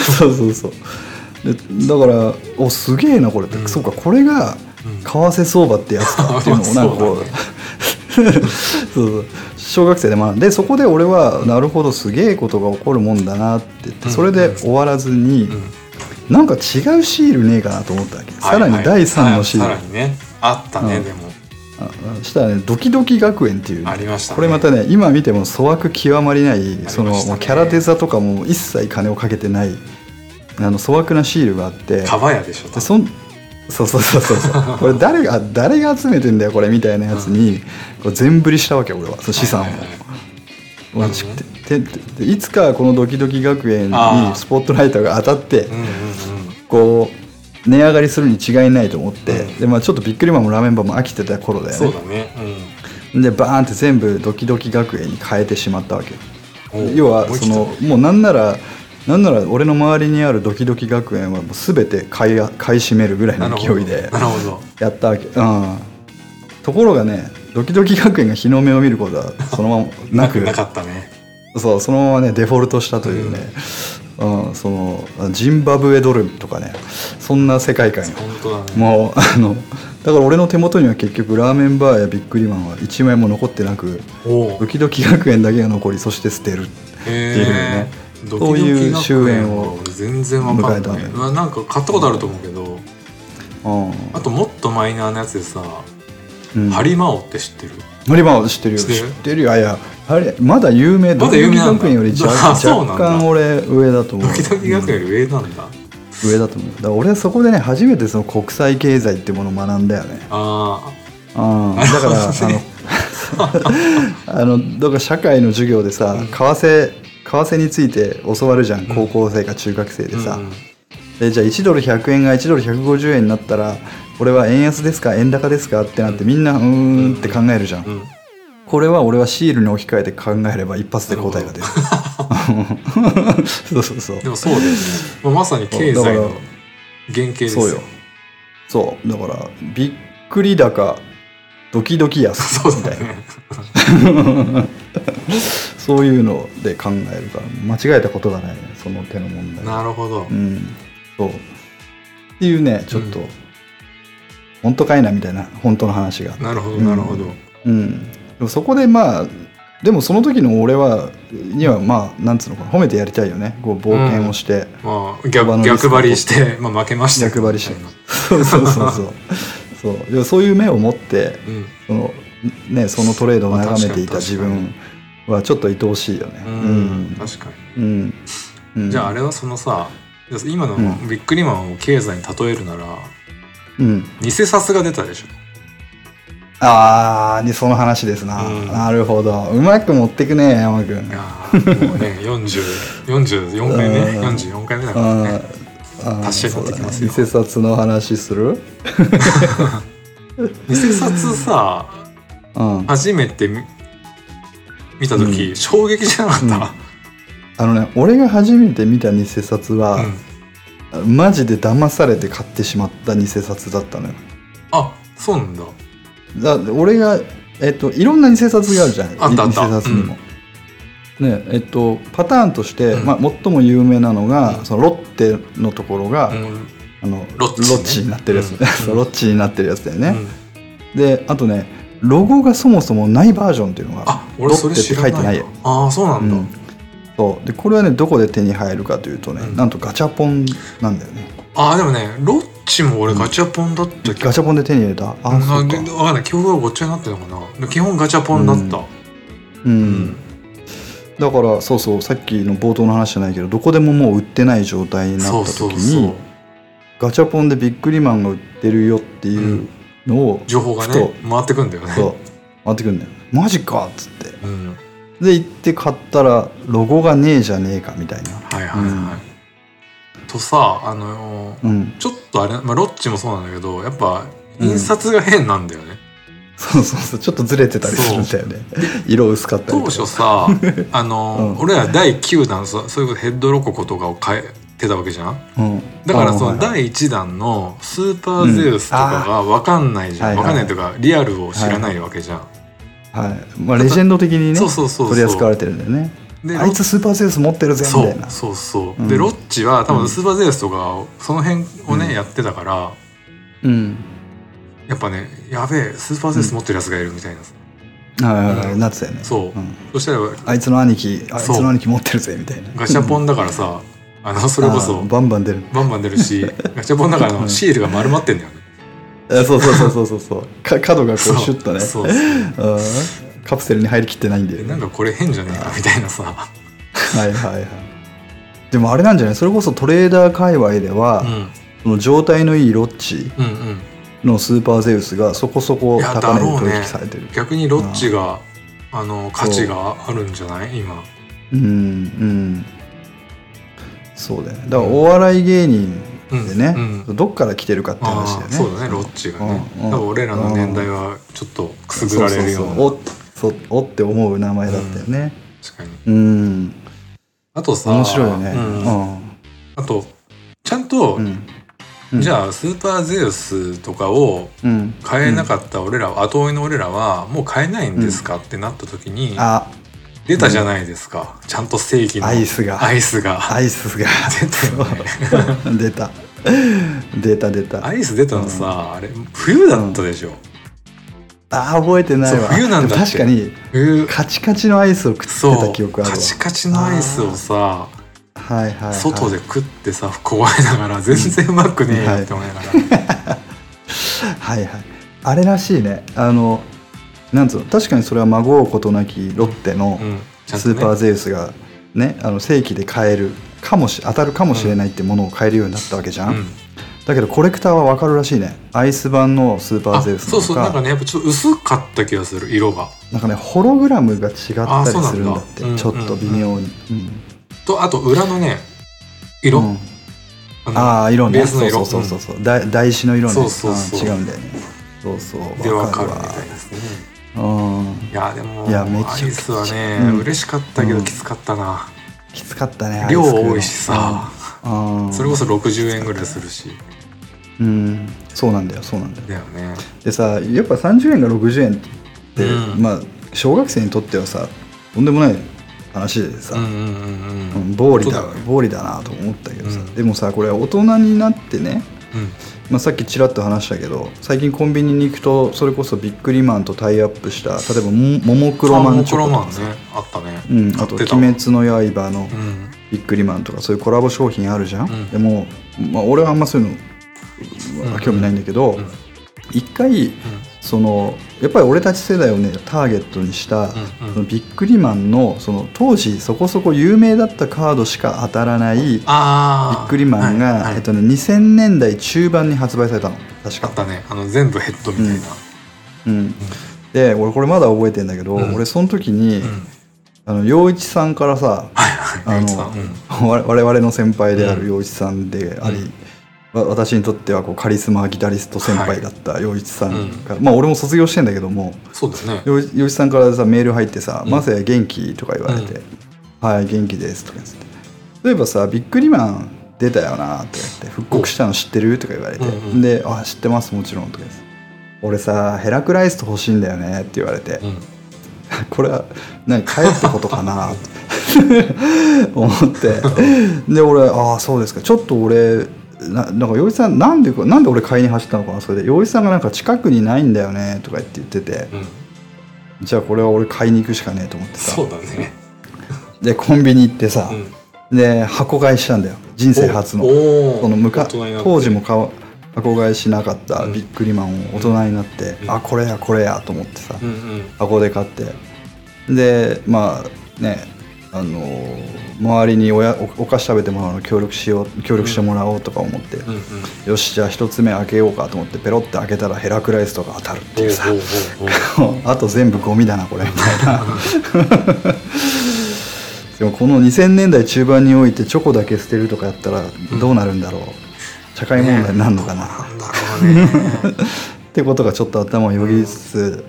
そうそうそうでだからおすげえなこれって、
うん
そうかこれが
うん
為替相場ってやつかっていう のを
ま
な
あ
んかこ
そう
う
だね
そうそう小学生で学んでそこで俺はなるほどすげえことが起こるもんだなって言っ
う
て
ん
それで終わらずに、
うん
なんか違うシールねえかなと思ったわけ、 さらに第3のシール、
はいはいさらにねあったね、
うん
でも
ああしたらねドキドキ学園っていうね、
ありましたね
これまたね今見ても粗悪極まりない
ね
そのもうキャラデザとかも一切金をかけてないあの粗悪なシールがあって
カバヤでしょ
でそんそうそうそうそうそう これ誰が誰が集めてんだよこれみたいなやつに、こう全振りしたわけ俺はその資産を。
はいはいはい
まあちてていつかこのドキドキ学園
あー
にスポットライトが当たって、
うんうんうん
こう値上がりするに違いないと思って、
うん
でまあ、ちょっとビックリマンもラーメンバーも飽きてた頃だよ
そう
ね
だ
で
ね、
バーンって全部ドキドキ学園に変えてしまったわけ
うんおう、
要は
思い
そ
切った
のもうなんならなんなら俺の周りにあるドキドキ学園はもう全て買いあ買い占めるぐらい
な
の
るほど
勢いで
なるほど
やったわけ、うん、ところがねドキドキ学園が日の目を見ることはそのままなく
なかったね
そうそのままねデフォルトしたというね、うんそのジンバブエドルとかねそんな世界観よ
本当だね
もうあのだから俺の手元には結局ラーメンバーやビックリマンは1枚も残ってなく
おう
ドキドキ学園だけが残りそして捨てるっていうね
ド
そう
キド
いう
キ学園は
終焉を
俺全然わかんない、
迎えたね
まあなんか買ったことあると思うけど
うん
あともっとマイナーなやつでさ、
うん
ハリマオって知ってる
ハリマン知ってるよ
知ってる
知ってるよあいやあれまだ有名
ま
ド
だ
キ
有
ドキ
名なんだ
学園より若
あそうなんだ
若干俺上だと思う
ドキドキ学園より上なんだ、
うん上だと思うだから俺はそこでね初めてその国際経済ってものを学んだよね
あ
うん
な
だ
る
か
ほど
ら、
ね
あのあのだから社会の授業でさ、
うん
為替為替について教わるじゃん、高校生か中学生
ー
でさ、
うんうん
でじゃあ1ドル100円が1ドル150円になったらこれは円安ですか円高ですかってなってみんなうーんって考えるじゃん、
うん
これは俺はシールに置き換えて考えれば一発で答えが出る そうそうそう
でもそうだよね、まあ、まさに経済の原型です
そうよそうだからびっくり高ドキドキ安
そう
み
だ
た
よ
いな
ね
そういうので考えるから間違えたことがないねその手の問題
なるほど、
うんそうっていうねちょっと、
うん
本当かいなみたいな本当の話があって
なるほど
うん
なるほど、
うん、でもそこでまあでもその時の俺はにはまあなんつうのかな褒めてやりたいよねこう冒険をして、
まあ
馬の
逆
リスク
逆張りして、まあ、負けましたけど
逆張りしてそうそうそう そうそうでもそういう目を持って
うん
その,、ね、そのトレードを眺めていた
まあ確
自
かに
分はちょっと愛おしいよね。
うん、確かに
うんうんうん
じゃああれはそのさ今の
うん
ビックリマンを経済に例えるなら
うん、
偽札が出たでしょ
あーにその話ですな、
うん
なるほどうまく持ってくね山君
いやーもう ね40 44回目
うん
44回目だから
あ
ね
あ
達成
そうだ
できます
ね
よ
偽札の話する
偽札さ
うん
初めて見見た時、衝撃じゃなかっ
あのね俺が初めて見た偽札
た、
は
う、ん
マジで騙されて買ってしまった偽札だったのよ
あそうなんだ
だ俺がえっといろんな偽札があるじゃない
あったあった
偽札にも、ねえっとパターンとして、
うん
まあ、最も有名なのが、
うん
そのロッテのところが、
うん
あの
ロッチね
になってるやつ、
うん
そうロッチになってるやつだよ
う
ね、
ん
であとねロゴがそもそもないバージョンっていうのが
あ俺それ知らない
ロッテって書いてないよ
ああそうなんだ、
うんそうでこれはねどこで手に入るかというとね、
うん
なんとガチャポンなんだよね
ああでもねロッチも俺ガチャポンだった気が
ガチャポンで手に入れたあ
な
そうんか
か分かんない記憶がごっちゃになってるのかなで基本ガチャポンだった、
う
うん
だからそうそうさっきの冒頭の話じゃないけどどこでももう売ってない状態にな
そう
った
そ
時
う
に
そう
ガチャポンでビックリマンが売ってるよっていうのを、
情報が
ふ
ね
と
回ってくんだよね
そう回ってくるんだよマジかっつって
うん、
で行って買ったらロゴがねえじゃねえかみたいな
はいはいはい、とさあのー
うん
ちょっとあれ、まあ、ロッチもそうなんだけどやっぱ
うん
印刷が変なんだよね、
そうそうそうちょっとずれてたりするんだよね色薄かったりと
当初
か
さあの
う
ー、
ん
俺ら第9弾そそういうことヘッドロココとかを変えてたわけじゃん
うん
だからそ
あー
の
はいはい
第1弾のスーパーゼウスとかが分かんないじゃん、
うんあー
分かんないというかリアルを知らないわけじゃん、
はいまあレジェンド的にね
そうそうそうそう
取り扱われてるんだよね
で
あいつスーパーセウス持ってるぜみ
そ
たいうな
そうそう、
うん
でロッチは多
う
分
ん
スーパーゼウスとかその辺をね、
うん
やってたから
うん
やっぱねやべえスーパーゼウス持ってるやつがいるみたいな、
はいはいはいなってたよね
そう
うん
そしたら
あいつの兄貴あいつ
そう
の兄貴持ってるぜみたいな
ガチャポンだからさ、あのそれこ
あ
そ
ーバンバン出る
バンバン出るしガチャポンだからあの
うん
シールが丸まってんだよね、
えそうそうそうそうそう そうか角がこう
そう
シュッとね
そうそう
うんカプセルに入りきってないんだよ
で
ね
なんかこれ変じゃねえかみたいなさ、
はいはいはいでもあれなんじゃないそれこそトレーダー界隈では、
うん、
その状態のいいロッチ
うんうん
のスーパーゼウスがそこそこ
いや
高値
だろ
で
うね
取引されてる
逆にロッチがあの価値があるんじゃない今
うんうんそうだよねだからお笑い芸人でね、
うん
どっから来てるかって
あ
話だよ
あ
ね
そうだねロッチがね、
うんうん
多分俺らの年代はちょっとくすぐられるよ
そう
うな
そうそうおそうおって思う名前だったよね
確かに
うん、
あとさ
面白いよね
うんあとちゃんと、
うんうんうん
じゃあスーパーゼウスとかを
うん
買えなかった俺ら、後追いの俺らはもう買えないんですかってなった時に、
あ
出たじゃないですか、ちゃんと正義の
アイスが
アイスが
アイスが
出
出た出た出た
アイス出たのさ、あれ冬だったでしょ、
あー覚えてないわ
そう冬なんだ
でも確かに
冬
カチカチのアイスを食って
そ
た
う
記憶あるわ
カチカチのアイスをさ
はいはい、はい、
外で食ってさ壊れながら全然うまくねえよって思いながら、
はいはいあれらしいねあのなんつうの確かにそれはまごうことなきロッテの
うんちゃん
ス
と
ー
ね
パーゼウスがねあの正規で買えるかもし当たるかもしれないってものを買えるようになったわけじゃん、
うん
だけどコレクターは分かるらしいねアイス版のスーパ
あ
ーゼウス
そう
と
そう
か
なんかねやっぱちょっと薄かった気がする色が
なんかねホログラムが違った
あ
り
そうなんだ
するんだって
うん
ちょっと微妙に、うん
とあと裏のね色、
うん
あの
ああ色
ベ
ね
ースの色
そうそうそうそう、だ台紙の色ね
そうそうそう
あー違うんだよねそうそう
でわかる
わ
みたいですね
うん
いやでも
いやめちゃく
ア
ちゃ
イスはね、
うん
嬉しかったけ
う
ど
ん
きつかったな、
きつかったね
量多いしさ、
うん
それこそ60円ぐらいするし
うんそうなんだよそうなんだよ
だよね
でさやっぱ30円が60円って、
うん
まあ小学生にとってはさとんでもない話でさ、
うんうんうんう
うんん暴利だ
本当だよね
暴利だなと思ったけどさ、
うん
でもさこれ大人になってね、
うん
まあ、さっきちらっと話したけど最近コンビニに行くとそれこそビックリマンとタイアップした例えばも「ももクロマンチョコ」と
あモ
か
ク
さ
ロマンねあったね
うん、
買
あ
っ
と「
て
鬼
たわ
滅の刃」の
うん
ビックリマンとかそういうコラボ商品あるじゃん、
うん
でも、まあ、俺はあんまそういうの、まあ興味ないんだけど、
うん
一回そのやっぱり俺たち世代をねターゲットにした、
うんうん
そのビックリマンのその当時そこそこ有名だったカードしか当たらないビ
ああ
ックリマンが、
はいはい
えっとね、2000年代中盤に発売されたの確か
あったねあの全部ヘッドみたいな
うん、で俺これまだ覚えてんだけど、
うん
俺その時に、
うん
あの陽一さんからさ、
はいはい
あの
さんうん
我我々の先輩であ
う
る
ん
陽一さんであり、
うん
わ私にとってはこうカリスマギタリスト先輩だった陽一さんが、まあ俺も卒業してんだけども
そうだよね
陽一陽一さんからさメール入ってさ「
うん
まさや元気?」とか言われて「はい元気です」とか言って「例えばさビックリマン出たよな」って言って「復刻したの知ってる?」とか言われて
うんうん
で「あ知ってますもちろん」とか言って「俺さヘラクライスト欲しいんだよね」って言われて
うん
これは何帰ったことかな 思ってで俺ああそうですかちょっと俺ななんか洋一さんなんでなんで俺買いに走ったのかなそれで洋一さんがなんか近くにないんだよねとか言って言ってて
うん
じゃあこれは俺買いに行くしかねえと思ってさ
そうだね
でコンビニ行ってさ
う、ん
で箱買いしたんだよ人生初の
お
その
昔
昔当時も買わ箱買いしなかったビックリマンを大人になって、
うん
あこれやこれやと思ってさ、
うんうん
箱で買ってでまあねあのー周りにおやおお菓子食べてもらうの協力しよう協力してもらおうとか思って、
うんうん
よしじゃあ一つ目開けようかと思ってペロって開けたらヘラクライスとか当たるっていうさ
おうおうおうおう
あと全部ゴミだなこれみ たいなでもこの2000年代中盤においてチョコだけ捨てるとかやったらどうなるんだろう、社会問題になるのかな、
なんだ ろうね
ってことがちょっと頭をよぎりつつ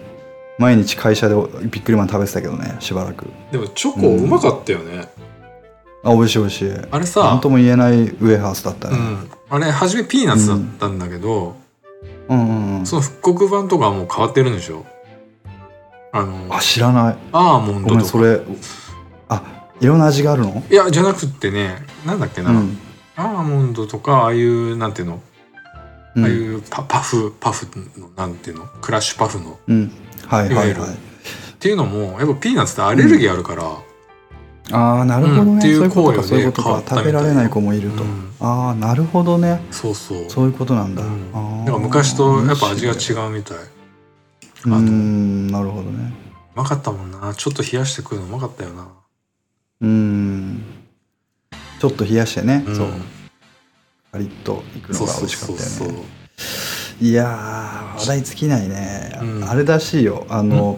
毎日会社でビックリマン食べてたけどねしばらく
でもチョコうまかったよね
あ美味しい美味しい
あれさ
何とも言えないウエハースだった
う
ね
ん、あれ初めピーナッツだったんだけど、
うんうんうん
その復刻版とかはもう変わってるんでしょあの
あ知らない
アーモン
ご
ド
めん
と
そ
か
れあいろんな味があるの
いやじゃなくってねなんだっけな、
うん
アーモンドとかああいうなんていうの、
う
ああい
ん
うパパフパフのなんていうのクラッシュパフのっ
うんはいはい
いわ
はい
ていうのもやっぱピーナッツってアレルギーあるから、
ああなるほど
うん
ね
って
そう
い
いううこと
行為
か
で
そういうこと
変わ
か
ったみ
食べ
たいな
られない子もいると
うん
ああなるほどね
そうそう
そういうことなんだ
うん
あー
だから昔とやっぱ味が違うみたいうあとうん
なるほどね
まかったもんなちょっと冷やして食うのうまかったよな
うんちょっと冷やしてね
ん
そうパリッといく
そ
の
う
が美
そう
味しか
そう
った
そう
よねいやー話題尽きないね、
うん
あれらしいよあの、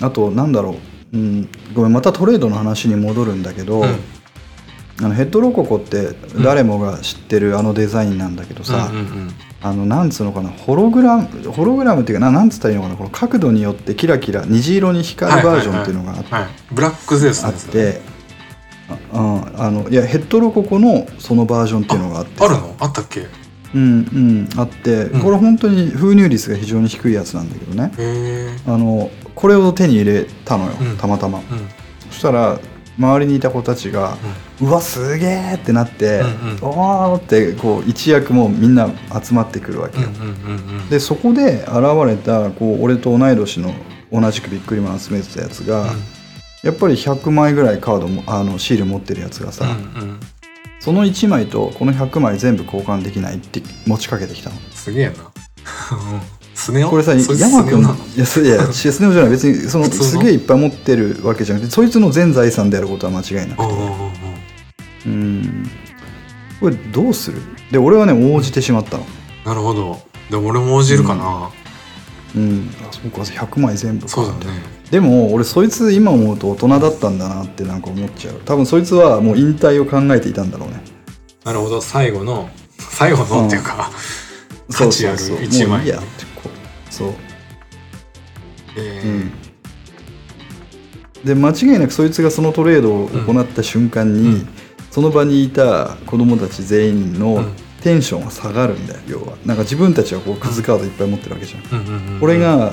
あとなんだろう、うん、ごめんまたトレードの話に戻るんだけど、
うん
あのヘッドロココって誰もが知ってるあのデザインなんだけどさ、
うんうんうん
あのなんつうのかなホログラムホログラムっていうかななんつったらいいのかなこの角度によってキラキラ虹色に光るバージョンっていうのがあっ
はい、ブラックゼウス
あ
の
っ
やつだね
て、あうん、あのいやヘッドロココのそのバージョンっていうのがあって
あるのあったっけへ
うんうん、あって、
うん
これ本当に封入率が非常に低いやつなんだけどね
え
あのこれを手に入れたのよ、
うん
たまたま
うんうん
そしたら周りにいた子たちが「うわすげえ!」ってなって
うんう
「
ん
おー!」ってこう一躍もうみんな集まってくるわけ
うん
よ、
うんうん
でそこで現れたこう俺と同い年の同じくびっくりマン集めてたやつが、やっぱり100枚ぐらいカードもあのシール持ってるやつがさ、
うんうんうん
その1枚とこの100枚全部交換できないって持ちかけてきたの。
すげえな うんスネ夫
これさ
そいつ
山
スネ夫
君
なの
いやそい やシスネ夫じゃない別にその
普通の
すげえいっぱい持ってるわけじゃなくてそいつの全財産であることは間違いな
お
く
うおう
て
おう
うんこれどうするで俺はね応じてしまったの
おうなるほどでも俺も応じるかな、
うんあそうか100枚全部か
そうだね
でも俺そいつ今思うと大人だったんだなってなんか思っちゃう多分そいつはもう引退を考えていたんだろうね
なるほど最後の最後のっていうか、価値ある
そうそうそう
一枚
もういいやってこうそう
え
う
ー
んで間違いなくそいつがそのトレードを行った瞬間に、
うん
その場にいた子供たち全員
う
の
ん
テンションが下がるんだよ要はなんか自分たちはこうクズカードいっぱい持ってるわけじゃん、
うんうんうん
これが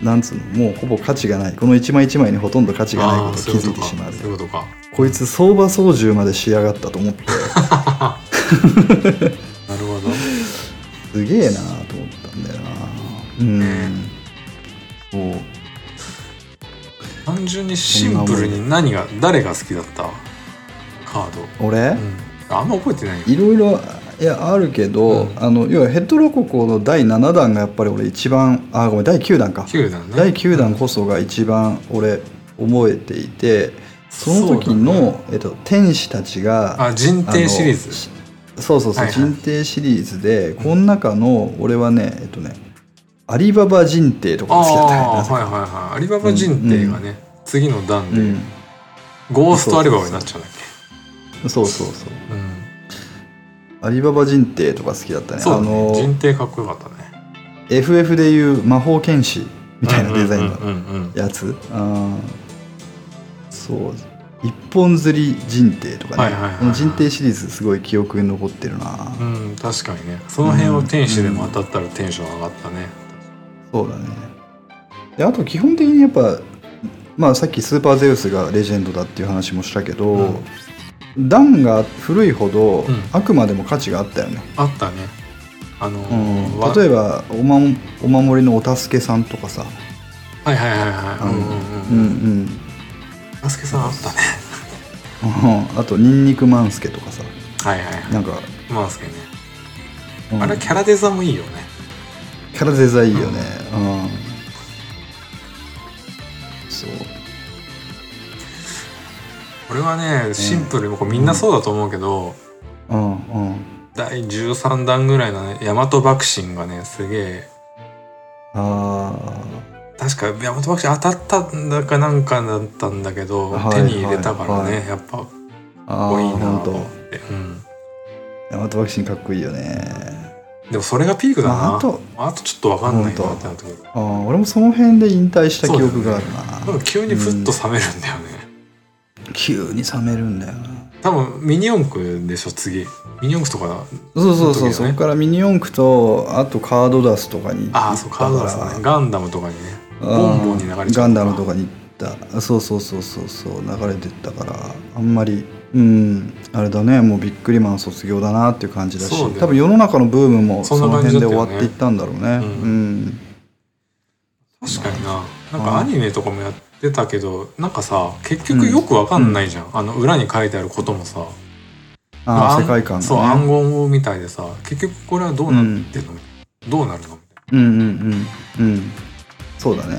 なんつうのもうほぼ価値がないこの一枚一枚にほとんど価値がないことを気づいてしま
あ
う
ーそういうことか
こいつ相場操縦までしやがったと思って
そういうことかなるほど
すげえなと思ったんだよなうんそう
単純にシンプルに何が誰が好きだったカード、
俺、
うん、あんま覚えてないよ
いろいろいやあるけど、
うん
あの要はヘッドロココの第7弾がやっぱり俺一番あごめん第9弾か、
9弾ね
第9弾こそが一番俺覚えていてその時の、
そうだ
えっと、天使たちが
あ人帝シリーズ
ズそうそうそう、
はいはい
人帝シリーズでこの中の俺はねえっとねアリババ人帝とか
あ
が好きだったね
あ
な
ー
ぜか
はいはいはいアリババ人帝がね、次の段で、
う
ゴーストアリババになっちゃうんだっ
ん、そうそうそう
け、うん、
アリババ人帝とか好きだったね
そうだ
あの
ね人帝かっこよかったね
FF でいう魔法剣士みたいなデザインの
うんうんうんうん
やつあーそう一本釣り人帝とかね、
はいはいはいはい
この人帝シリーズすごい記憶に残ってるな、
うん、確かにねその辺を天使でも当たったらテンション上がったね、
そうだねであと基本的にやっぱまあさっきスーパーゼウスがレジェンドだっていう話もしたけど、ダンが古いほど
ん
あくまでも価値があったよね、
あったねあの、
うん
わ
例えばお,、まん、お守りのお助けさんとかさ、
はいはいはいはいうん
う
うん
ん
う
うんん
あすけさんあったね
うんあとニンニクマンスケとかさ
はいはいはい
なんか、
まあすけね
うん
あれキャラデザもいいよね
キャラデザインいいよねうん、そう
これはねシンプルにこうみんなそうだと思うけど、
うんうん
第13弾ぐらいのね大和爆心がねすげえ
あ
確か大和爆心当たったんだかなんかだったんだけど、
はい
手に入れたからね、
は
やっぱか
ー
っ
あ
こいい
ーほ
なんと思
と
って、うん、
ヤマトワクシンかっこいいよね
でもそれがピークだ
ま
な
あ
あ
あと
とちょっとわかんないな
ほんと
ってなってくる
あー俺もその辺で引退した記憶がある
なん
な
か急にふっと冷めるんだよね、
急に冷めるんだよな
多分ミニ四駆でしょ次ミニ四駆とか
そうそう
そ
そう
の時はね
そこからミニ四駆とあとカードダスとかに行ったから
ああそうカードラスねガンダムとかにねボンボンに流れちゃ
う
うん
ガンダムとかに行ったそうそうそうそうそう流れてったからあんまりうんあれだねもうビックリマン卒業だなっていう感じだし
そうだよ
多分世の中のブームも
そ
そ
んな
の
感じ
辺で
だったよ
終わっ
ね
ていったんだろうね
う
うん
確かにななんかアニメとかもやってたけどなんかさ結局よくわかんないじゃん、あの裏に書いてあることもさ
ああ
暗
世界観
そう
が
暗
ね
号みたいでさ結局これはどうなってんの、どうなるのみたい
うんうんうんうんそうだね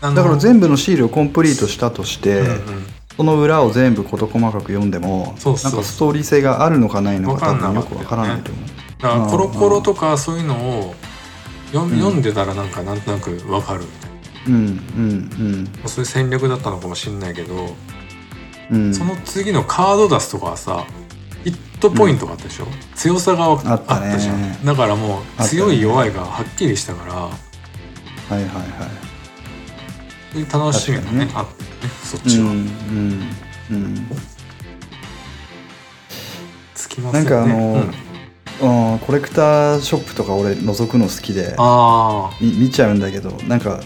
なあの
だから全部のシールをコンプリートしたとして、
うんうん
その裏を全部事細かく読んでも
そうそう
なんかストーリー性があるのかないのか多
わか
分
ん
よ
なかった
く
よね
わからないと思う
だからコロコロとかそういうのを読ん読んでたらなんかなんとなくわかるみたいな、
うんうん
そういう戦略だったのかもしんないけど、
うんうん
その次のカード出すとかはさヒットポイントがあったでしょ、強さがあ
あ
っ
ったね
たじゃんだからも
あった
う
ね
強い弱いがはっきりしたから
はいはいはい
そういう楽しみがね
確
あってねそっちは、
うんうん
つきま
な
すよ
ん
ね
かあの
うん
うん、うん、コレクターショップとか俺覗くの好きで
あ
み見ちゃうんだけどなんか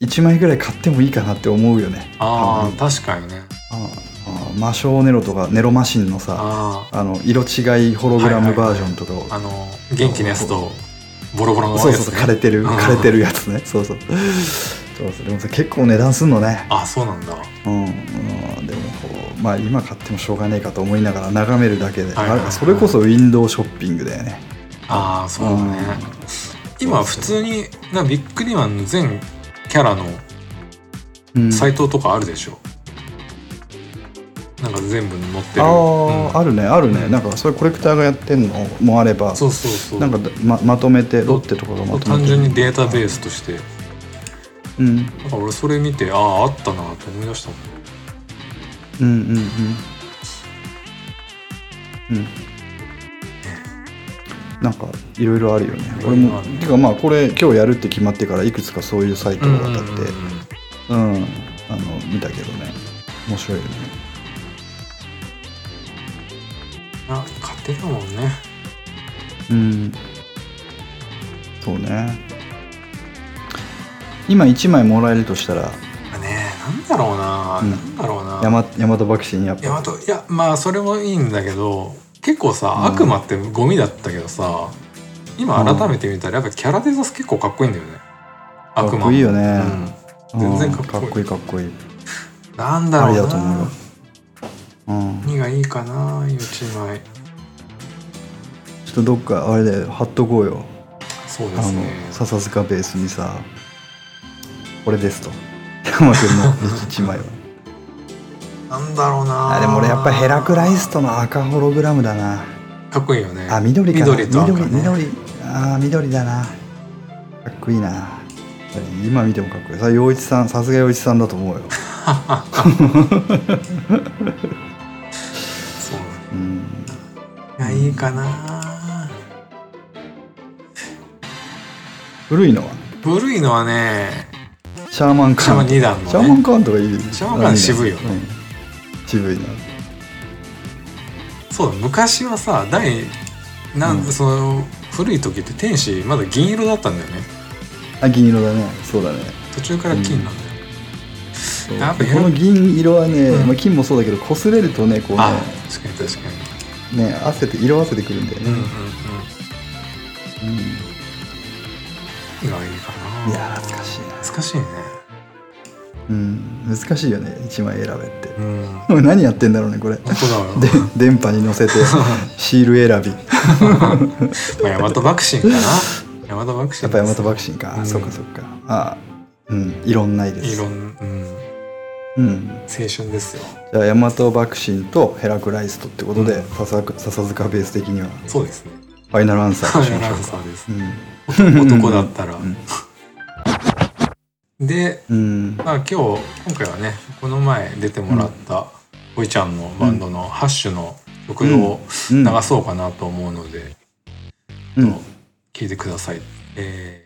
1枚ぐらい買ってもいいかなって思うよね
ーあ
多分
ー確かにね
あああ魔性ネロとかネロマシンのさ
あ
あの色違いホログラムバージョンとかを、
ああの元気なやつとボロボロのやつ、
そ
ね、
うそうそう枯れてる
うん
枯れてるやつねそうそうそうそうでもさ結構値段すんのね
あそうなんだ
うん、うん、でもこうまあ今買ってもしょうがねえかと思いながら眺めるだけで、
はいはいはい
あそれこそウィンドウショッピングだよね
ああそうだね今普通になんかビックリマンの全キャラの
うん
サイトとかあるでしょ、なんか全部載ってる
あ
うん
あ、あるねあるねなんかそれコレクターがやってんのもあれば
そうそうそう
なんかままとめてロッテとかがまとめて
単純にデータベースとして
うん
なんか俺それ見てあああったなと思い出したもん
うんうんうんうんなんかいろいろあるよね
いろ
俺
いろ
も
ある
てかまあこれ今日やるって決まってからいくつかそういうサイトを渡ってうんあの見たけどね面白いよね
あ勝手だもんね
うんそうね今1枚もらえるとしたら
ねなんだろうな、
うん
なんだろうな
ヤマヤマトバクシーにやっ
いやあ
ぱ
といやまあそれもいいんだけど結構さ、
うん
悪魔ってゴミだったけどさ今改めて見たらやっぱキャラデザス結構かっこいいんだよね
かっ
悪魔
こいいよね、
うん全然
うん
か
か
っ
っ
こ
こ
い
い
い
いかっこいい
うん、なんだ
あ
ろ
り
う
だ
な
と思うよ、うん、
何がいいかな1枚
ちょっとどっかあれで貼っとこうよ
そうで
あ
す
の
ね
笹塚ベースにさ「これです」と山君の1枚は
なんだろうな
あでも俺やっぱヘラクライストの赤ホログラムだな
かっこいいよね
あ緑かな
緑と赤ね
緑緑あー緑だなかっこいいな今見てもかっこいいさ陽一さんさすが陽一さんだと思うよ、
そうだね
うん、
がいいかな
古いのは
古いのはね
シャーマンカーン
シャーマン二段のね
シャーマンカーンとかいい
シャーマンカーン渋いよね
うん渋いな
そうだ昔はさ第なん、
うん
その古い時って天使まだ銀色だったんだよね
あ銀色だねそうだね
途中から金なんだよ、
そう
やっぱ
この銀色はね、まあ、金もそうだけど擦れるとねこうね
あ確かに確か
ね汗って色汗でくるんだよ
にうんうん
ね
うん、
うん
いいのがいいかない
やー懐かしいな
懐かしいね
うん、難しいよね1枚選べって
うん本
何やってんだろうねこれ
当だよ
で電波に乗 せてシール選びや
まあヤマト爆心かなヤマト爆心
っぱ大和爆心か、
うん
そっかそっかああうんいろんないで
い
す
ろん、うん、
うん、
青春ですよ
じゃあ大和爆心とヘラクライストってことで、
うん
笹塚笹塚ベース的には
そうですね
ファイナルアンサー
カ
に
メ
し
ラ
まし
ラ
ょ
ンサーです
う
男だったら、
ん
で
うん、うん、
まあ今日今回はねこの前出てもらったおいちゃんのバンドのハッシュの曲を
うん
流そうかなと思うので
うん
聴いてください、え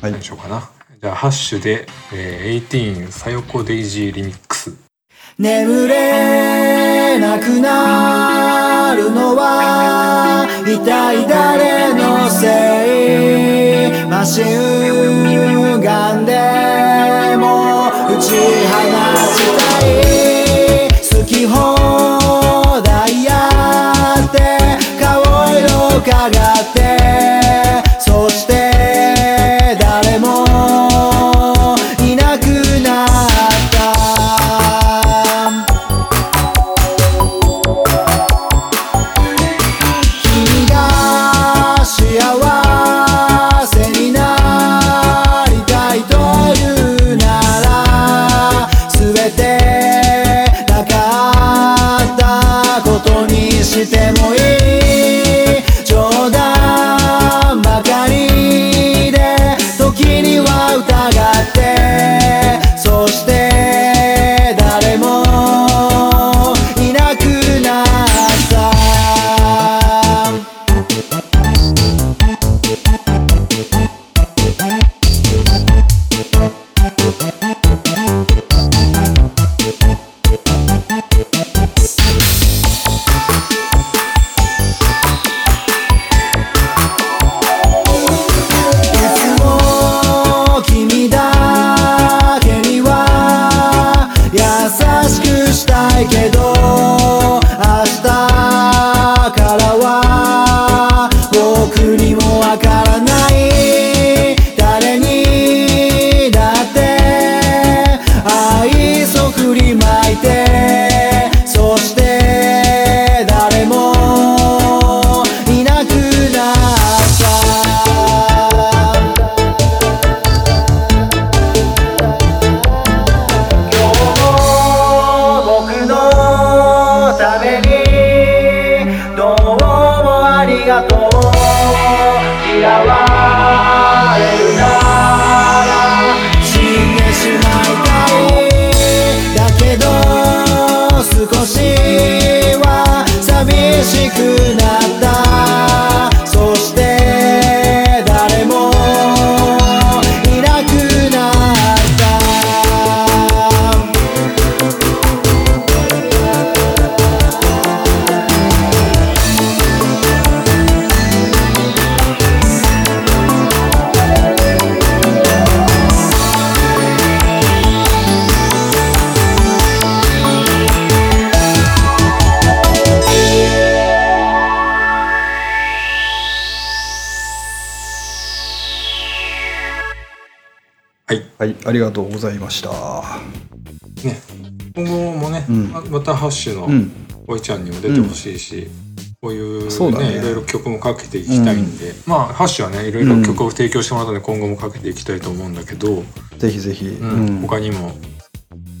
は
ー、
い
何でしょうかなじゃあハッシュで「えー、18さよこデイジーリミックス
眠れなくなるのは一体誰のせいマシンガンでも打ち放したい好き放題やって顔色かがってそして誰もいなくなった君が幸せになりたいというなら全てなかったことにしてもいい冗談ばかりで時には疑ってそして誰もいなくなったいつも君だけには優しくしたいけど明日からは僕にもわからない誰にだって愛想振りまいてそして誰もいなくなった今日も僕のためにどうもありがとう嫌われるなら死んでしまいたいだけど少しは寂しくなったそして
はいありがとうございました
ね今後もね、
うん
ままたハッシュ
う
の
ん
おいちゃんにも出てほしいし、こういう
そうだ
ね
ね
いろいろ曲もかけていきたいんで、まあハッシュはねいろいろ曲を提供してもらったので今後もかけていきたいと思うんだけど、
ぜひぜひ、う
うん
ん
他にも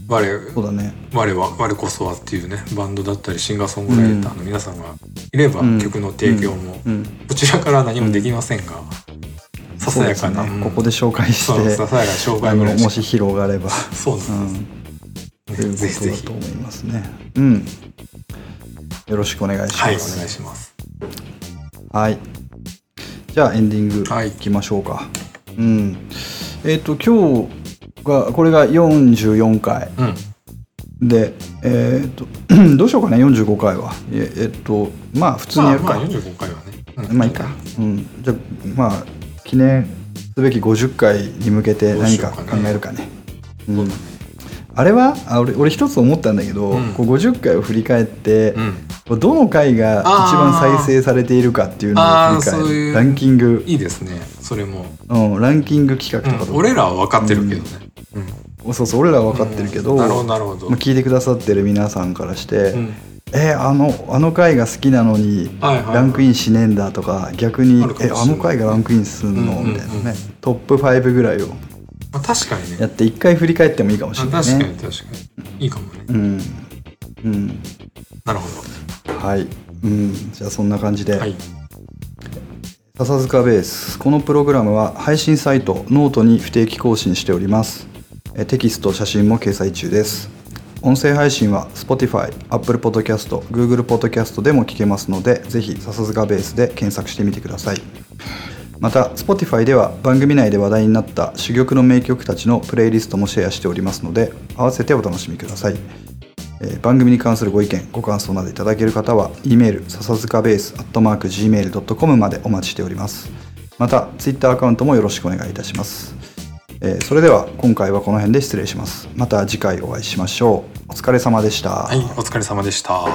我
そうだね
我は我こそはっていうねバンドだったりシンガーソングライターの皆さんがいれば
うん
曲の提供も、
うん
こちらからは何もできませんが、さ
そ
さ
うで
や
す
かな、
ねここで紹介し
そうさ
て
さやかな紹
あ
介
の
ぐらいし
もし広がれば
そ
う
うなん
んと
です、ね
いう
ぜひ
こと
ぜ
だ
ひ
と思いますねうんよろしくお願いします
はいお願いします
はい。じゃあエンディング
はい
いきましょうか。うん。えっ、と今日がこれが44回
うん
で、えっ、と どうしようかね45回は。いええっ、とまあ普通に
ま
や
あ
るか。ま
まあ
あ、
45回はね、う
いいか。うん。じゃあまあ記念すべき50回に向けて何か
どうしよう
考
かね
えるかね。うん。あれはあ俺俺一つ思ったんだけど、
うん
こう50回を振り返って、
うん
どの回が一番再生されているかっていうのを
あー
振り返
あーそうい
る
う
ランキング
いいですねそれも、
うん、ランキング企画
う
とか
ん
とか、
俺らは分かってるけどね、うん
そうそう俺らは分かってるけど,、
うんなるほどなるほど、
まあ聞いてくださってる皆さんからして、
うん
えーあのあの回が好きなのに
はいはいはい
ランクインしねえんだとか逆に
あるか
え
もしれない
あの回がランクインすんの
うんうんうん
みたいなね、トップ5ぐらいを
まあ、確かにね
やって一回振り返ってもいいかもし
あ
れ
確
ない
か
ね
に確かにいいかもね、
うんうん
なるほど
はい、うん、じゃあそんな感じで、
はい
笹塚ベースこのプログラムは配信サイトノートに不定期更新しておりますえテキスト写真も掲載中です音声配信は Spotify、Apple Podcast、Google Podcast でも聞けますのでぜひ笹塚ベースで検索してみてくださいまた Spotify では番組内で話題になった珠玉の名曲たちのプレイリストもシェアしておりますので合わせてお楽しみくださいえー番組に関するご意見ご感想などいただける方は e メール笹塚ベース gmail.com までお待ちしておりますまた Twitter アカウントもよろしくお願いいたします、えーそれでは今回はこの辺で失礼しますまた次回お会いしましょうお疲れ様でした、
はいお疲れ様でした